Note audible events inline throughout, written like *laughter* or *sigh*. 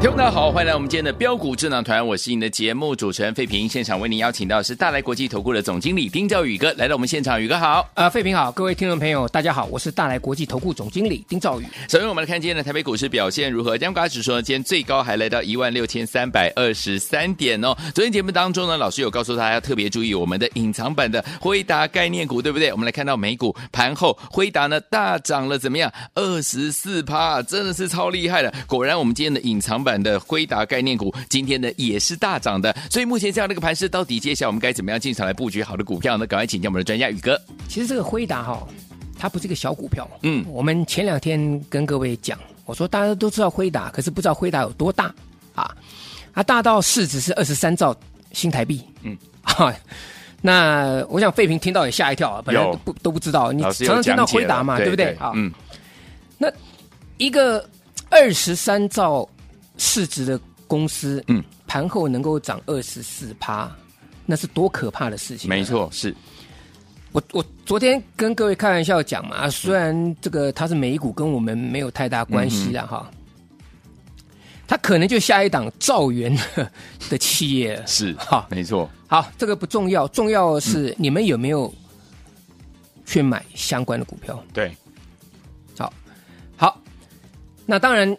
听众大家好，欢迎来我们今天的标股智囊团，我是你的节目主持人费平。现场为您邀请到的是大来国际投顾的总经理丁兆宇哥来到我们现场，宇哥好。呃，费平好，各位听众朋友，大家好，我是大来国际投顾总经理丁兆宇。首先，我们来看今天的台北股市表现如何。加权指数呢，今天最高还来到一万六千三百二十三点哦。昨天节目当中呢，老师有告诉大家要特别注意我们的隐藏版的辉达概念股，对不对？我们来看到美股盘后，辉达呢大涨了，怎么样？二十四趴，真的是超厉害的。果然，我们今天的隐藏版的辉达概念股今天呢也是大涨的。所以目前这样的一个盘势，到底接下来我们该怎么样进场来布局好的股票呢？赶快请教我们的专家宇哥。其实这个辉达哈、它不是一个小股票。嗯我们前两天跟各位讲，我说大家都知道辉达，可是不知道辉达有多大啊？它大到市值是二十三兆新台币。嗯， *laughs* 啊，那我想费平听到也吓一跳啊，本来有都不都不知道，你老常师有常听讲到解辉达了嘛，对不对？啊，嗯，一个二十三兆市值的公司，嗯，盘后能够涨二十四趴，那是多可怕的事情、啊没，错，是我我昨天跟各位开玩笑讲嘛，嗯啊虽然这个它是美股，跟我们没有太大关系嗯啦，哈、它可能就下一档兆元的企业了 *laughs* 是好没错，好，这个不重要，重要嗯的是你们有没有去买相关的股票？对，好，好，那当然，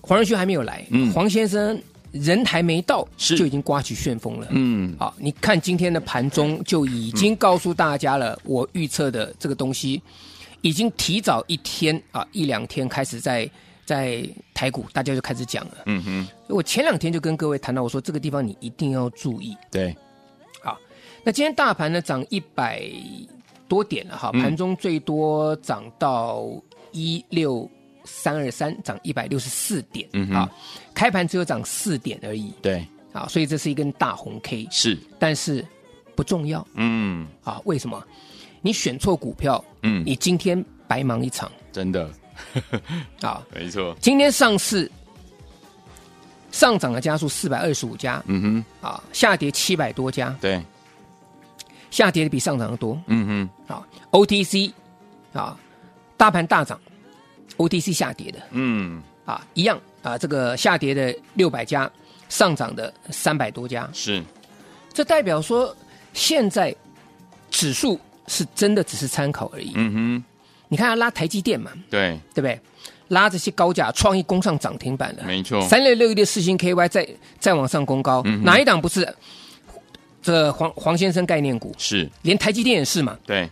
黄仁勋还没有来，嗯黄先生人还没到，是就已经刮起旋风了。嗯，好，你看今天的盘中就已经告诉大家了，我预测的这个东西已经提早一天啊，一两天开始在在台股，大家就开始讲了。嗯哼，我前两天就跟各位谈到，我说这个地方你一定要注意。对，那今天大盘呢涨一百多点了哈，嗯盘中最多涨到一六三二三，涨一百六十四点嗯哼啊，开盘只有涨四点而已对，啊，所以这是一根大红 K，是，但是不重要嗯啊，为什么？你选错股票，嗯，你今天白忙一场真的，啊！没错，今天上市上涨的家数四百二十五家嗯哼，啊，下跌七百多家，对，下跌的比上涨的多。嗯哼，啊，OTC 啊，大盘大涨，OTC 下跌的嗯，啊，一样啊，这个下跌的六百家，上涨的三百多家，是，这代表说现在指数是真的只是参考而已。嗯你看它拉台积电嘛，哼，对，对不对？拉这些高价，创意攻上涨停板了，没错嗯三六六一的四星 KY 再再往上攻高，哪一档不是？这黄黄先生概念股，是，连台积电也是嘛，对，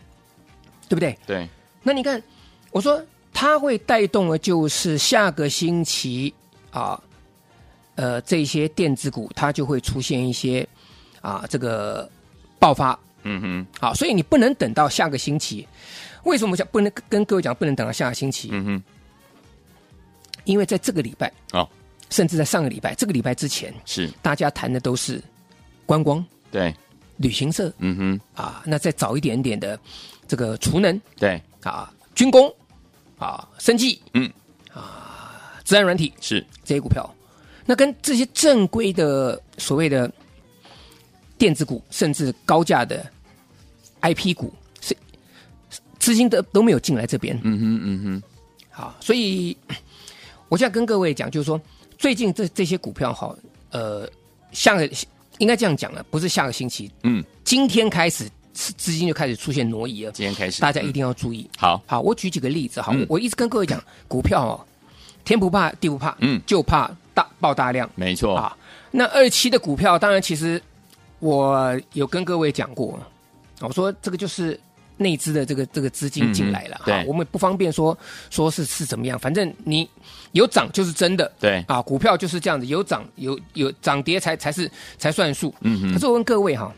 对不对？对，那你看，我说它会带动的就是下个星期啊，呃，这些电子股它就会出现一些啊这个爆发嗯哼，啊，所以你不能等到下个星期。为什么讲不能跟各位讲不能等到下个星期？嗯哼，因为在这个礼拜哦，甚至在上个礼拜、这个礼拜之前，是，大家谈的都是观光、对，旅行社嗯哼，啊，那再早一点点的这个储能对，啊、军工啊、生技，嗯啊，自然软体，是，这些股票，那跟这些正规的所谓的电子股，甚至高价的 IP 股，是资金都都没有进来这边。嗯哼，嗯哼，好，所以我现在跟各位讲，就是说最近这这些股票哈，呃，下个应该这样讲了，不是下个星期，嗯，今天开始资资金就开始出现挪移了，今天开始，嗯大家一定要注意。好，好，我举几个例子哈，嗯我一直跟各位讲，股票哦，天不怕地不怕，嗯就怕大爆大量。没错，啊。那二期的股哦票，当然其实我有跟各位讲过，我说这个就是内资的这个这个资金进来了嗯嗯哈对，我们不方便说说是是怎么样，反正你有涨就是真的，对啊，股票就是这样子，有涨有有涨跌才才是才算数。嗯哼可是我问各位哈，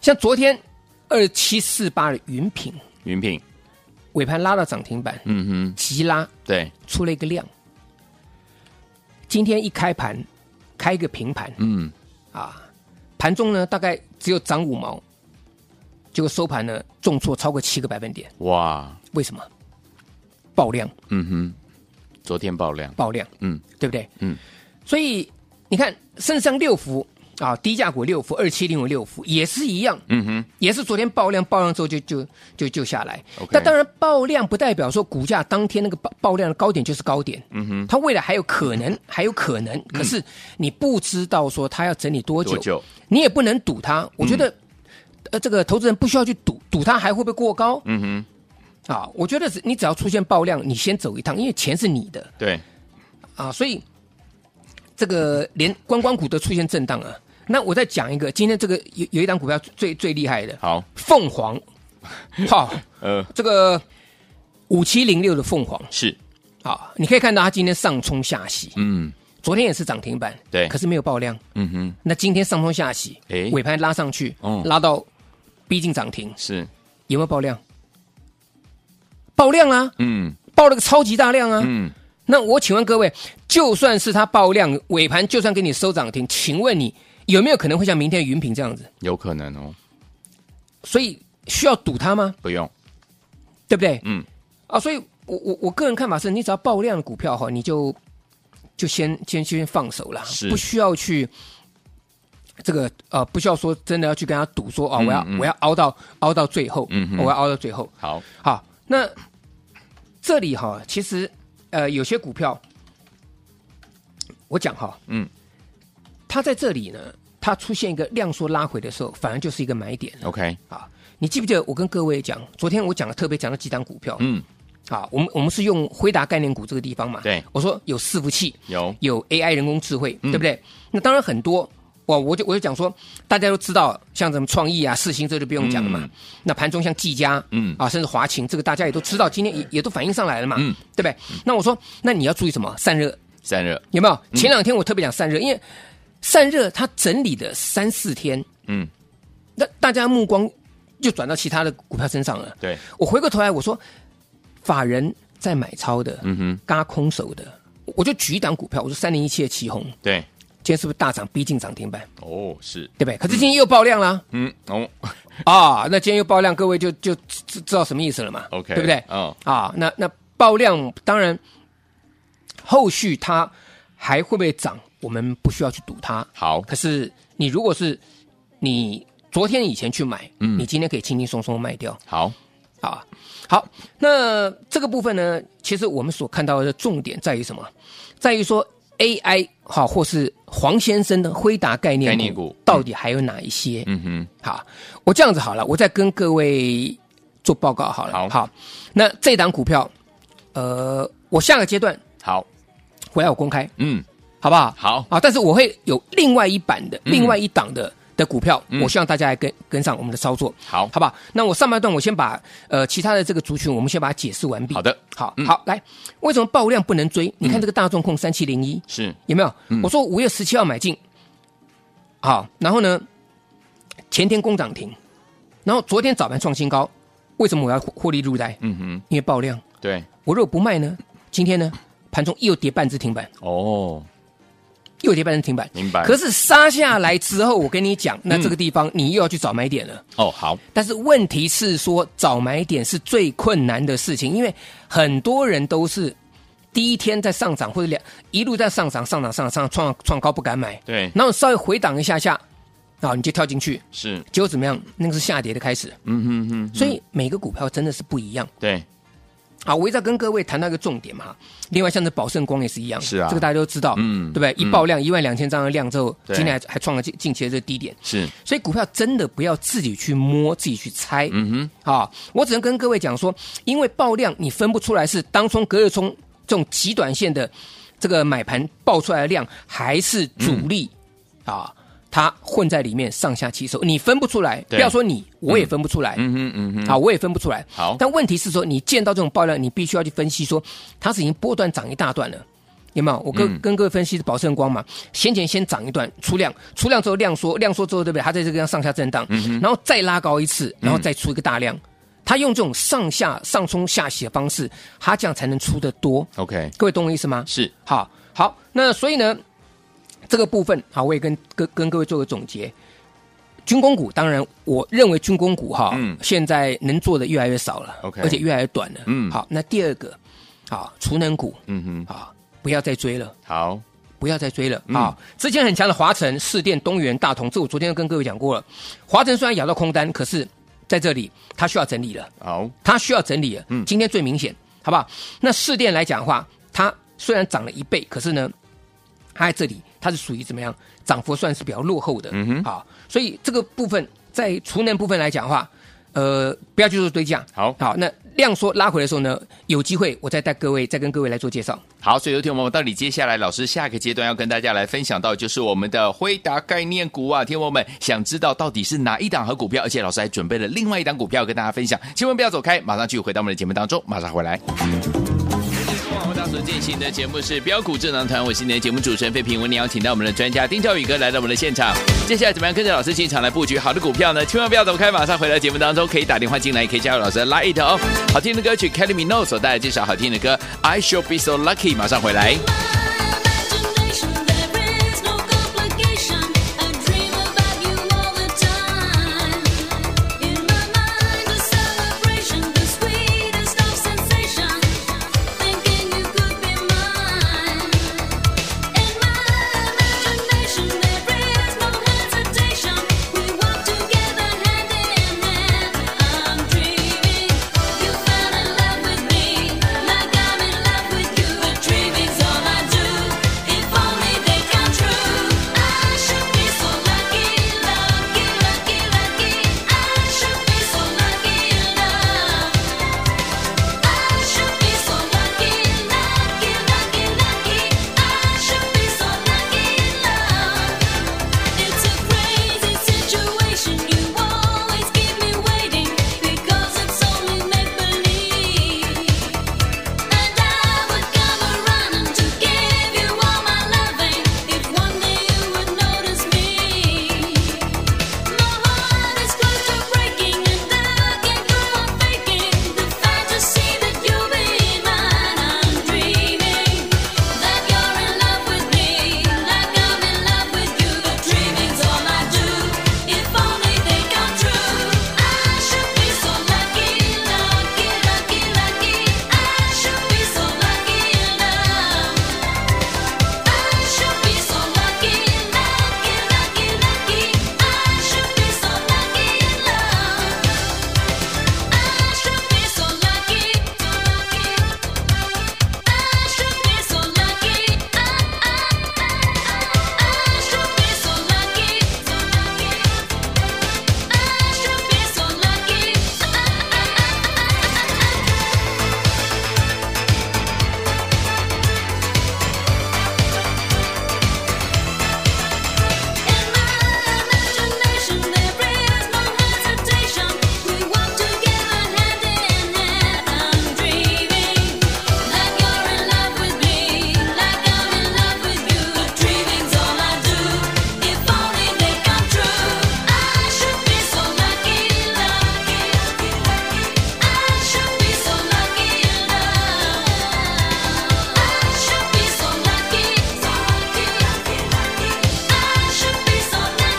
像昨天二七四八的云品云品，尾盘拉到涨停板，嗯哼，急拉对，出了一个量，今天一开盘开一个平盘，嗯，啊，盘中呢大概只有涨五毛，结果收盘呢重挫超过七个百分点，哇，为什么？爆量，嗯哼，昨天爆量，爆量，嗯，对不对？嗯，所以你看，身上六福啊，低价股六福二七零五六福也是一样，嗯哼，也是昨天爆量，爆量之后就就就就下来 OK。那当然，爆量不代表说股价当天那个爆爆量的高点就是高点，嗯哼，它未来还有可能，还有可能，可是你不知道说它要整理多久，嗯多久嗯你也不能赌它。我觉得，呃，这个投资人不需要去赌，赌它还会不会过高嗯哼，啊？我觉得只你只要出现爆量，你先走一趟，因为钱是你的对，啊，所以这个连观光股都出现震荡啊。那我再讲一个，今天这个有有一档股票最最厉害的，好，凤凰，好、呃，这个五七零六的凤凰是，啊，你可以看到它今天上冲下洗，嗯，昨天也是涨停板，对可是没有爆量。嗯哼，那今天上冲下洗，诶尾盘拉上去，哦拉到逼近涨停，是，有没有爆量？爆量啊，嗯爆了个超级大量啊！嗯，那我请问各位，就算是它爆量，尾盘就算给你收涨停，请问你有没有可能会像明天云品这样子？有可能哦，所以需要赌它吗？不用，对不对？嗯，啊，所以我我我个人看法是，你只要爆量的股票哈，你就啊就先先先放手啦，是不需要去这个呃，不需要说真的要去跟他赌说啊，我要、嗯嗯我要熬到熬到最后，哦嗯哼我要熬到最后。好，好，那这里哈，其实呃，有些股票我讲哈，嗯，它在这里呢，它出现一个量缩拉回的时候，反而就是一个买点了。 ，OK，啊，你记不记得我跟各位讲，昨天我讲了特别讲了几档股票，嗯，啊，我们我们是用辉达概念股这个地方嘛，对我说有伺服器，有，有 AI 人工智慧，嗯对不对？那当然很多，哇，我就我就讲说，大家都知道，像什么创意啊、世新这就不用讲了嘛。嗯那盘中像技嘉，嗯啊，甚至华勤，这个大家也都知道，今天也也都反映上来了嘛，嗯嗯对不对？那我说，那你要注意什么？散热散热，有没有？前两天我特别讲散热，因为散热它整理的三四天，嗯，那大家目光就转到其他的股票身上了。对，我回过头来，我说法人在买超的，嗯哼，嘎空手的，我就举一档股票，我说三零一七的旗红，今对，天是不是大涨逼近涨停板，哦，是，对不对？可是今天又爆量啦，嗯，哦啊，那今天又爆量，各位就就知知道什么意思了嘛，OK，对不对？嗯，啊，那那爆量当然，后续它还会不会涨，我们不需要去赌它。好，可是你如果是你昨天以前去买，嗯你今天可以轻轻松松卖掉好，啊。好，那这个部分呢，其实我们所看到的重点在于什么？在于说 AI 好，或是黄先生的辉达概念概念股到底还有哪一些？嗯哼，好，我这样子好了，我再跟各位做报告好了。好那这档股票，呃，我下个阶段好，回来我公开，嗯，好不好？好，啊，但是我会有另外一版的、嗯另外一档的的股票，嗯我希望大家来跟跟上我们的操作，好，好不好？那我上半段我先把呃其他的这个族群，我们先把它解释完毕。好，的，好，嗯好，来，为什么爆量不能追？你看这个大众控三七零一是，有没有？嗯我说五月十七号买进，好，然后呢，前天攻涨停，然后昨天早盘创新高，为什么我要获获利入袋？嗯哼，因为爆量，对，我如果不卖呢，今天呢盘中又跌半只停板，哦，又跌半只停板，明白，嗯可是，是杀下来之后，我跟你讲，那这个地方你又要去找买点了。哦，好，但是问题是说，找买点是最困难的事情，因为很多人都是第一天在上涨或者两一路在上涨、上涨、上涨、上涨创创高不敢买，对，然后稍微回档一下下，啊，你就跳进去，是，结果怎么样？那个是下跌的开始。嗯哼哼，所以每个股票真的是不一样。对，啊，我一直在跟各位谈到一个重点嘛。另外，像这宝盛光也是一样，是啊这个大家都知道，嗯嗯，对不对？一爆量一万两千张的量之后，对今天还还创了近近期的这个低点，是，所以股票真的不要自己去摸、自己去猜、嗯啊！我只能跟各位讲说，因为爆量你分不出来是当冲、隔日冲这种极嗯短线的这个买盘爆出来的量，还是主力、啊。它混在里面上下起手，你分不出来。对不要说你，我也分不出来。嗯哼嗯哼，好，我也分不出来。好但问题是说，你见到这种爆量，你必须要去分析说，它是已经波段涨一大段了。有没有？我跟、嗯跟各位分析的宝盛光嘛，先前先涨一段出量，出量之后量缩，量缩之后对不对？它在这个上下震荡，嗯然后再拉高一次，然后再出一个大量。它用这种上下上冲下洗的方式，它这样才能出得多。 ，OK，各位懂我意思吗？是，好好，那所以呢，这个部分啊，我也跟跟跟各位做个总结。军工股，当然，我认为军工股哈，嗯现在能做的越来越少了 OK 而且越来越短了。嗯好，那第二个，啊，储能股，嗯哼，啊，不要再追了，好，不要再追了啊、嗯之前很强的华晨、市电、东元、大同，这我昨天跟各位讲过了。华晨虽然咬到空单，可是在这里它需要整理了。好，它需要整理了。嗯今天最明显，好不好？那市电来讲的话，它虽然涨了一倍，可是呢，它在这里它是属于怎么样？涨幅算是比较落后的。嗯哼好，所以这个部分在储能部分来讲的话，呃，不要去做堆降。好好，那量缩拉回的时候呢，有机会我再带各位再跟各位来做介绍。好，所以有听我们到底接下来老师下个阶段要跟大家来分享到，就是我们的辉达概念股啊，听众朋友们想知道到底是哪一档和股票，而且老师还准备了另外一档股票跟大家分享，千万不要走开，马上继续回到我们的节目当中，马上回来。我们大所进行的节目是标股智囊团，我是你的节目主持人费平，为你邀请到我们的专家丁兆宇哥来到我们的现场。接下来怎么样跟着老师进场来布局好的股票呢？千万不要走开，马上回到节目当中，可以打电话进来，也可以加入老师的 Line 哦。好听的歌曲 Kelly Minogue 所带来这首好听的歌 I Shall Be So Lucky，马上回来。 Dreaming's all I do. If only they come true. I should be so lucky, lucky, lucky, lucky. I should be so lucky in love. I should be so lucky, lucky, lucky, lucky. I should be so lucky in love. It's a crazy situation. You always keep me waiting because it's only make believe. And I would come around to give you all my loving if one day you would notice me. My heart is close to breaking, and I can't go on faking the fantasy that you'll be mine. I'm dreaming that you're in love with me, like I'm in love with you. The dreaming's all I do. If only they come true, I should be so lucky, lucky, lucky, lucky. I should be so lucky in love. I should be so lucky, lucky, lucky, lucky. I should be so lucky in love. I should be so lucky, lucky. I should be so lucky. I, I, I, I, I should be so lucky, so lucky. I should be so lucky. I, I, I, I, I. In my imagination, there is no hesitation. We walk together hand in hand. I'm dreaming that you're in love with me, like I'm in love with you. Dreaming's all I do. If only they come true, I should be so lucky, lucky, lucky, lucky. I should be so lucky in love. I should be so lucky, so lucky, lucky, lucky. I should be so lucky in love. I should be so lucky, so lucky, lucky, lucky. I should be so lucky in love. I should be so lucky, so lucky, lucky, lucky.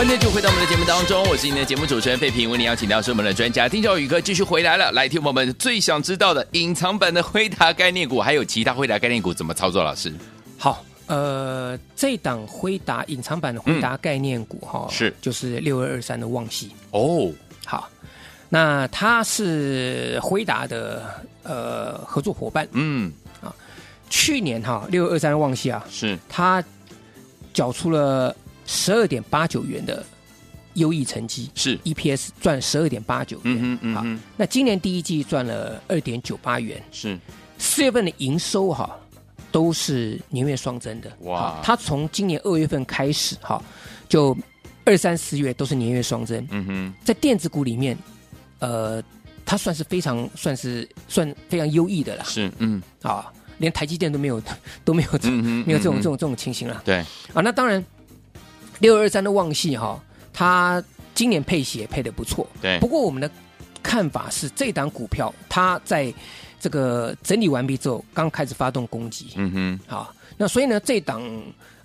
欢迎就回到我们的节目当中，我是您的节目主持人费平，为您邀请到是我们的专家丁兆宇哥继续回来了，来听我们最想知道的隐藏版的辉达概念股，还有其他辉达概念股怎么操作，老师好，呃，这档辉达隐藏版的辉达概念股哈、嗯是就是六二二三的旺系。哦，好，那它是辉达的呃合作伙伴。嗯，去年哈六二三旺系啊，是它缴出了十二点八九元的优异成绩，是 EPS 赚十二点八九元。嗯哼嗯好哼，那今年第一季赚了二点九八元，是四月份的营收哈、都是年月双增的。哇好它从今年二月份开始哈、就二三四月都是年月双增。嗯哼在电子股里面，呃，它算是非常算是算非常优异的啦。是嗯啊，连台积电都没有 *laughs* 都没有这、嗯哼没有这嗯种哼这种这种情形了对啊。那当然，六二三的旺系哈、它今年配息也配的不错。对不过我们的看法是，这档股票它在这个整理完毕之后，刚开始发动攻击。嗯哼啊，那所以呢，这档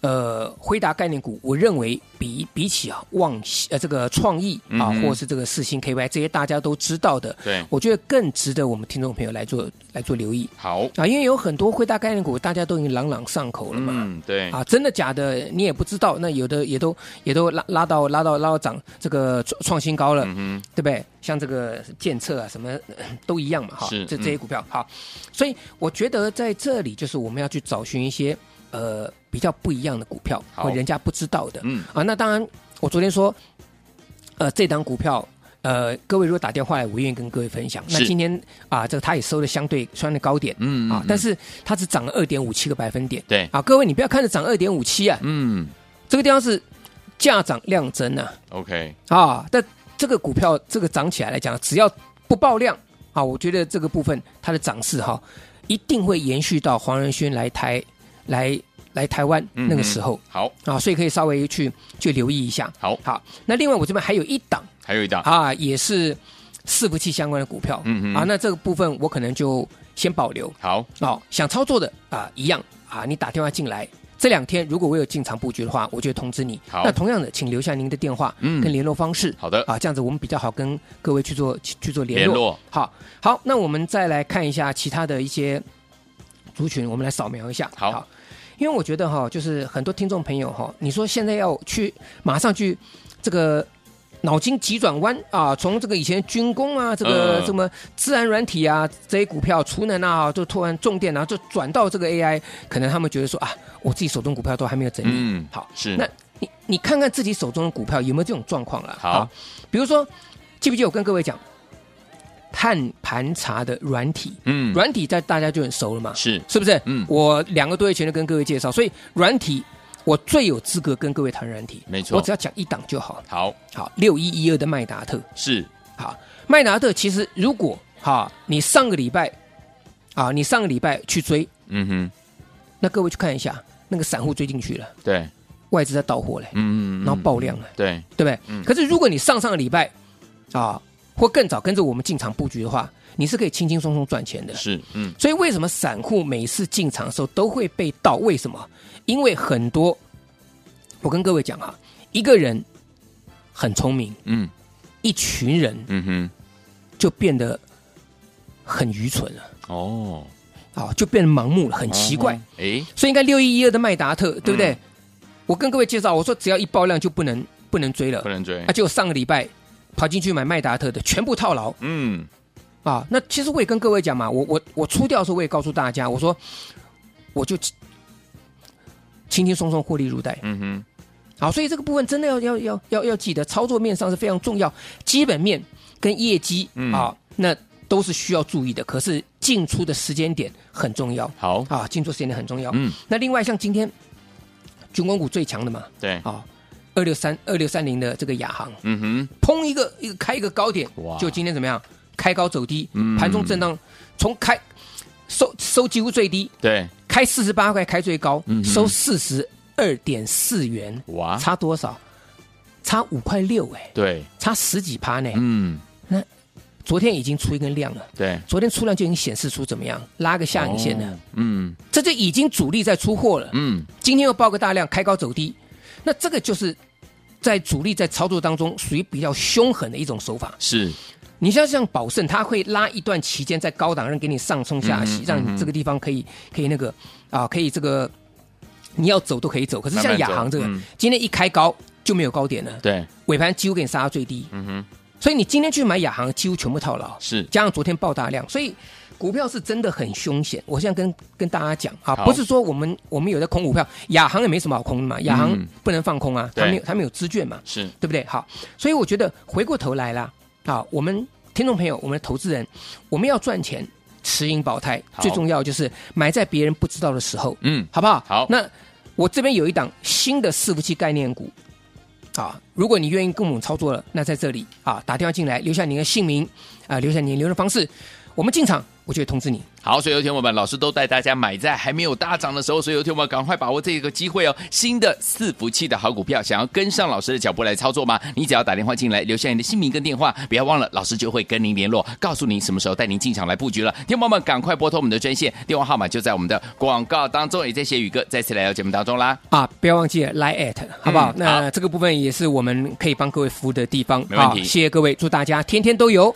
呃辉达概念股，我认为比比起啊旺系呃这个创意啊，嗯哼或是这个四星 KY 这些大家都知道的，对我觉得更值得我们听众朋友来做来做留意好啊，因为有很多辉达概念股大家都已经朗朗上口了嘛。嗯对啊，真的假的？你也不知道。那有的也都也都拉拉到拉到拉到涨这个创创新高了，嗯对不对？像这个建测啊，什么 *coughs* 呃都一样嘛，哈，是这嗯这些股票、好，所以我觉得在这里就是我们要去找寻一些呃比较不一样的股票，好或人家不知道的、嗯啊。那当然，我昨天说，呃，这档股票。呃，各位如果打电话来，我愿意跟各位分享。那是今天啊，这个它也收的相对相对高点，嗯啊嗯，但是它只涨了二点五七个百分点，对啊，各位你不要看着涨二点五七啊，嗯这个地方是价涨量增啊， OK 啊，但这个股票这个涨起来来讲，只要不爆量啊，我觉得这个部分它的涨势哈、一定会延续到黄仁勋来台来来台湾嗯那个时候、好啊，所以可以稍微去去留意一下。好好，那另外我这边还有一档还有一档啊，也是伺服器相关的股票，嗯哼啊，那这个部分我可能就先保留。好哦，想操作的啊、一样啊，你打电话进来。这两天如果我有进场布局的话，我就会通知你。好那同样的，请留下您的电话嗯跟联络方式。好的啊，这样子我们比较好跟各位去做去去做联联络。络好，好，那我们再来看一下其他的一些族群，我们来扫描一下。好因为我觉得哈、就是很多听众朋友哈、你说现在要去马上去这个。脑筋急转弯啊！从这个以前军工啊，这个嗯什么自然软体啊，这些股票，储能啊，就突然重电啊，就转到这个 AI，可能他们觉得说啊，我自己手中股票都还没有整理。嗯好，是那你你看看自己手中的股票有没有这种状况了？好比如说，记不记得我跟各位讲，碳盘查的软体，嗯软体在大家就很熟了嘛，是是不是？嗯我两个多月前就跟各位介绍，所以软体我最有资格跟各位谈软体，没错我只要讲一档就好。好好，六一一二的麦达特，是好，麦达特其实如果哈，你上个礼拜啊，你上个礼拜去追，嗯哼那各位去看一下，那个散户追进去了，对外资在到货嘞，嗯嗯嗯然后爆量了。对对不对？嗯可是如果你上上个礼拜啊，或更早跟着我们进场布局的话，你是可以轻轻松松赚钱的。是嗯所以为什么散户每次进场的时候都会被盗？为什么？因为很多，我跟各位讲哈、啊一个人很聪明，嗯一群人嗯哼就变得很愚蠢了，哦啊，就变得盲目了，很奇怪。哎所以你看六一一二的麦达特，对不对？嗯我跟各位介绍，我说只要一爆量就不能不能追了不，能追啊，结果上个礼拜跑进去买麦达特的，全部套牢嗯啊。那其实我也跟各位讲嘛，我我我出掉的时候我也告诉大家，我说我就轻轻轻松松获利入袋。嗯哼好，所以这个部分真的要要要要要记得，操作面上是非常重要，基本面跟业绩嗯啊，那都是需要注意的。可是进出的时间点很重要好啊，进出时间点很重要。嗯那另外像今天军工股最强的嘛对啊，二六三二六三零的这个亚航。嗯哼砰一个一个开一个高点哇，就今天怎么样？开高走低嗯，盘中震荡，从开收收几乎最低，对开四十八块开最高嗯，哼收四十二点四元，哇差多少？差五块六哎，对差十几趴呢。嗯昨天已经出一根量了，对昨天出量就已经显示出怎么样拉个下影线了，哦嗯这就已经主力在出货了。嗯今天又爆个大量，开高走低，那这个就是在主力在操作当中属于比较凶狠的一种手法。是你像像宝盛，它会拉一段期间在高档让给你上冲下嗯洗，哼让你这个地方可以可以那个啊，可以这个你要走都可以走。可是慢像慢走亚航这个，嗯今天一开高就没有高点了，对尾盘几乎给你杀到最低。嗯哼所以你今天去买亚航，几乎全部套牢，是加上昨天爆大量，所以股票是真的很凶险。我现在跟跟大家讲啊，好不是说我们我们有在空股票，亚航也没什么好空的嘛，亚航嗯不能放空啊，对他们有他们有资券嘛，是对不对？好，所以我觉得回过头来啦，啊，我们听众朋友，我们的投资人，我们要赚钱，持盈保泰，好最重要就是买在别人不知道的时候，嗯好不好？好那我这边有一档新的伺服器概念股。啊，如果你愿意跟我们操作了，那在这里啊，打电话进来，留下您的姓名，啊、留下您的联络方式，我们进场我就会通知你。好，所以有天我们老师都带大家买在还没有大涨的时候，所以有天我们赶快把握这个机会哦。新的伺服器的好股票，想要跟上老师的脚步来操作吗？你只要打电话进来，留下你的姓名跟电话，不要忘了，老师就会跟您联络，告诉您什么时候带您进场来布局了。天宝们，赶快拨通我们的专线，电话号码就在我们的广告当中，也在谢宇哥再次来到节目当中啦。啊，不要忘记了 lie at，好不好？嗯好那这个部分也是我们可以帮各位服务的地方。没问题好谢谢各位，祝大家天天都有。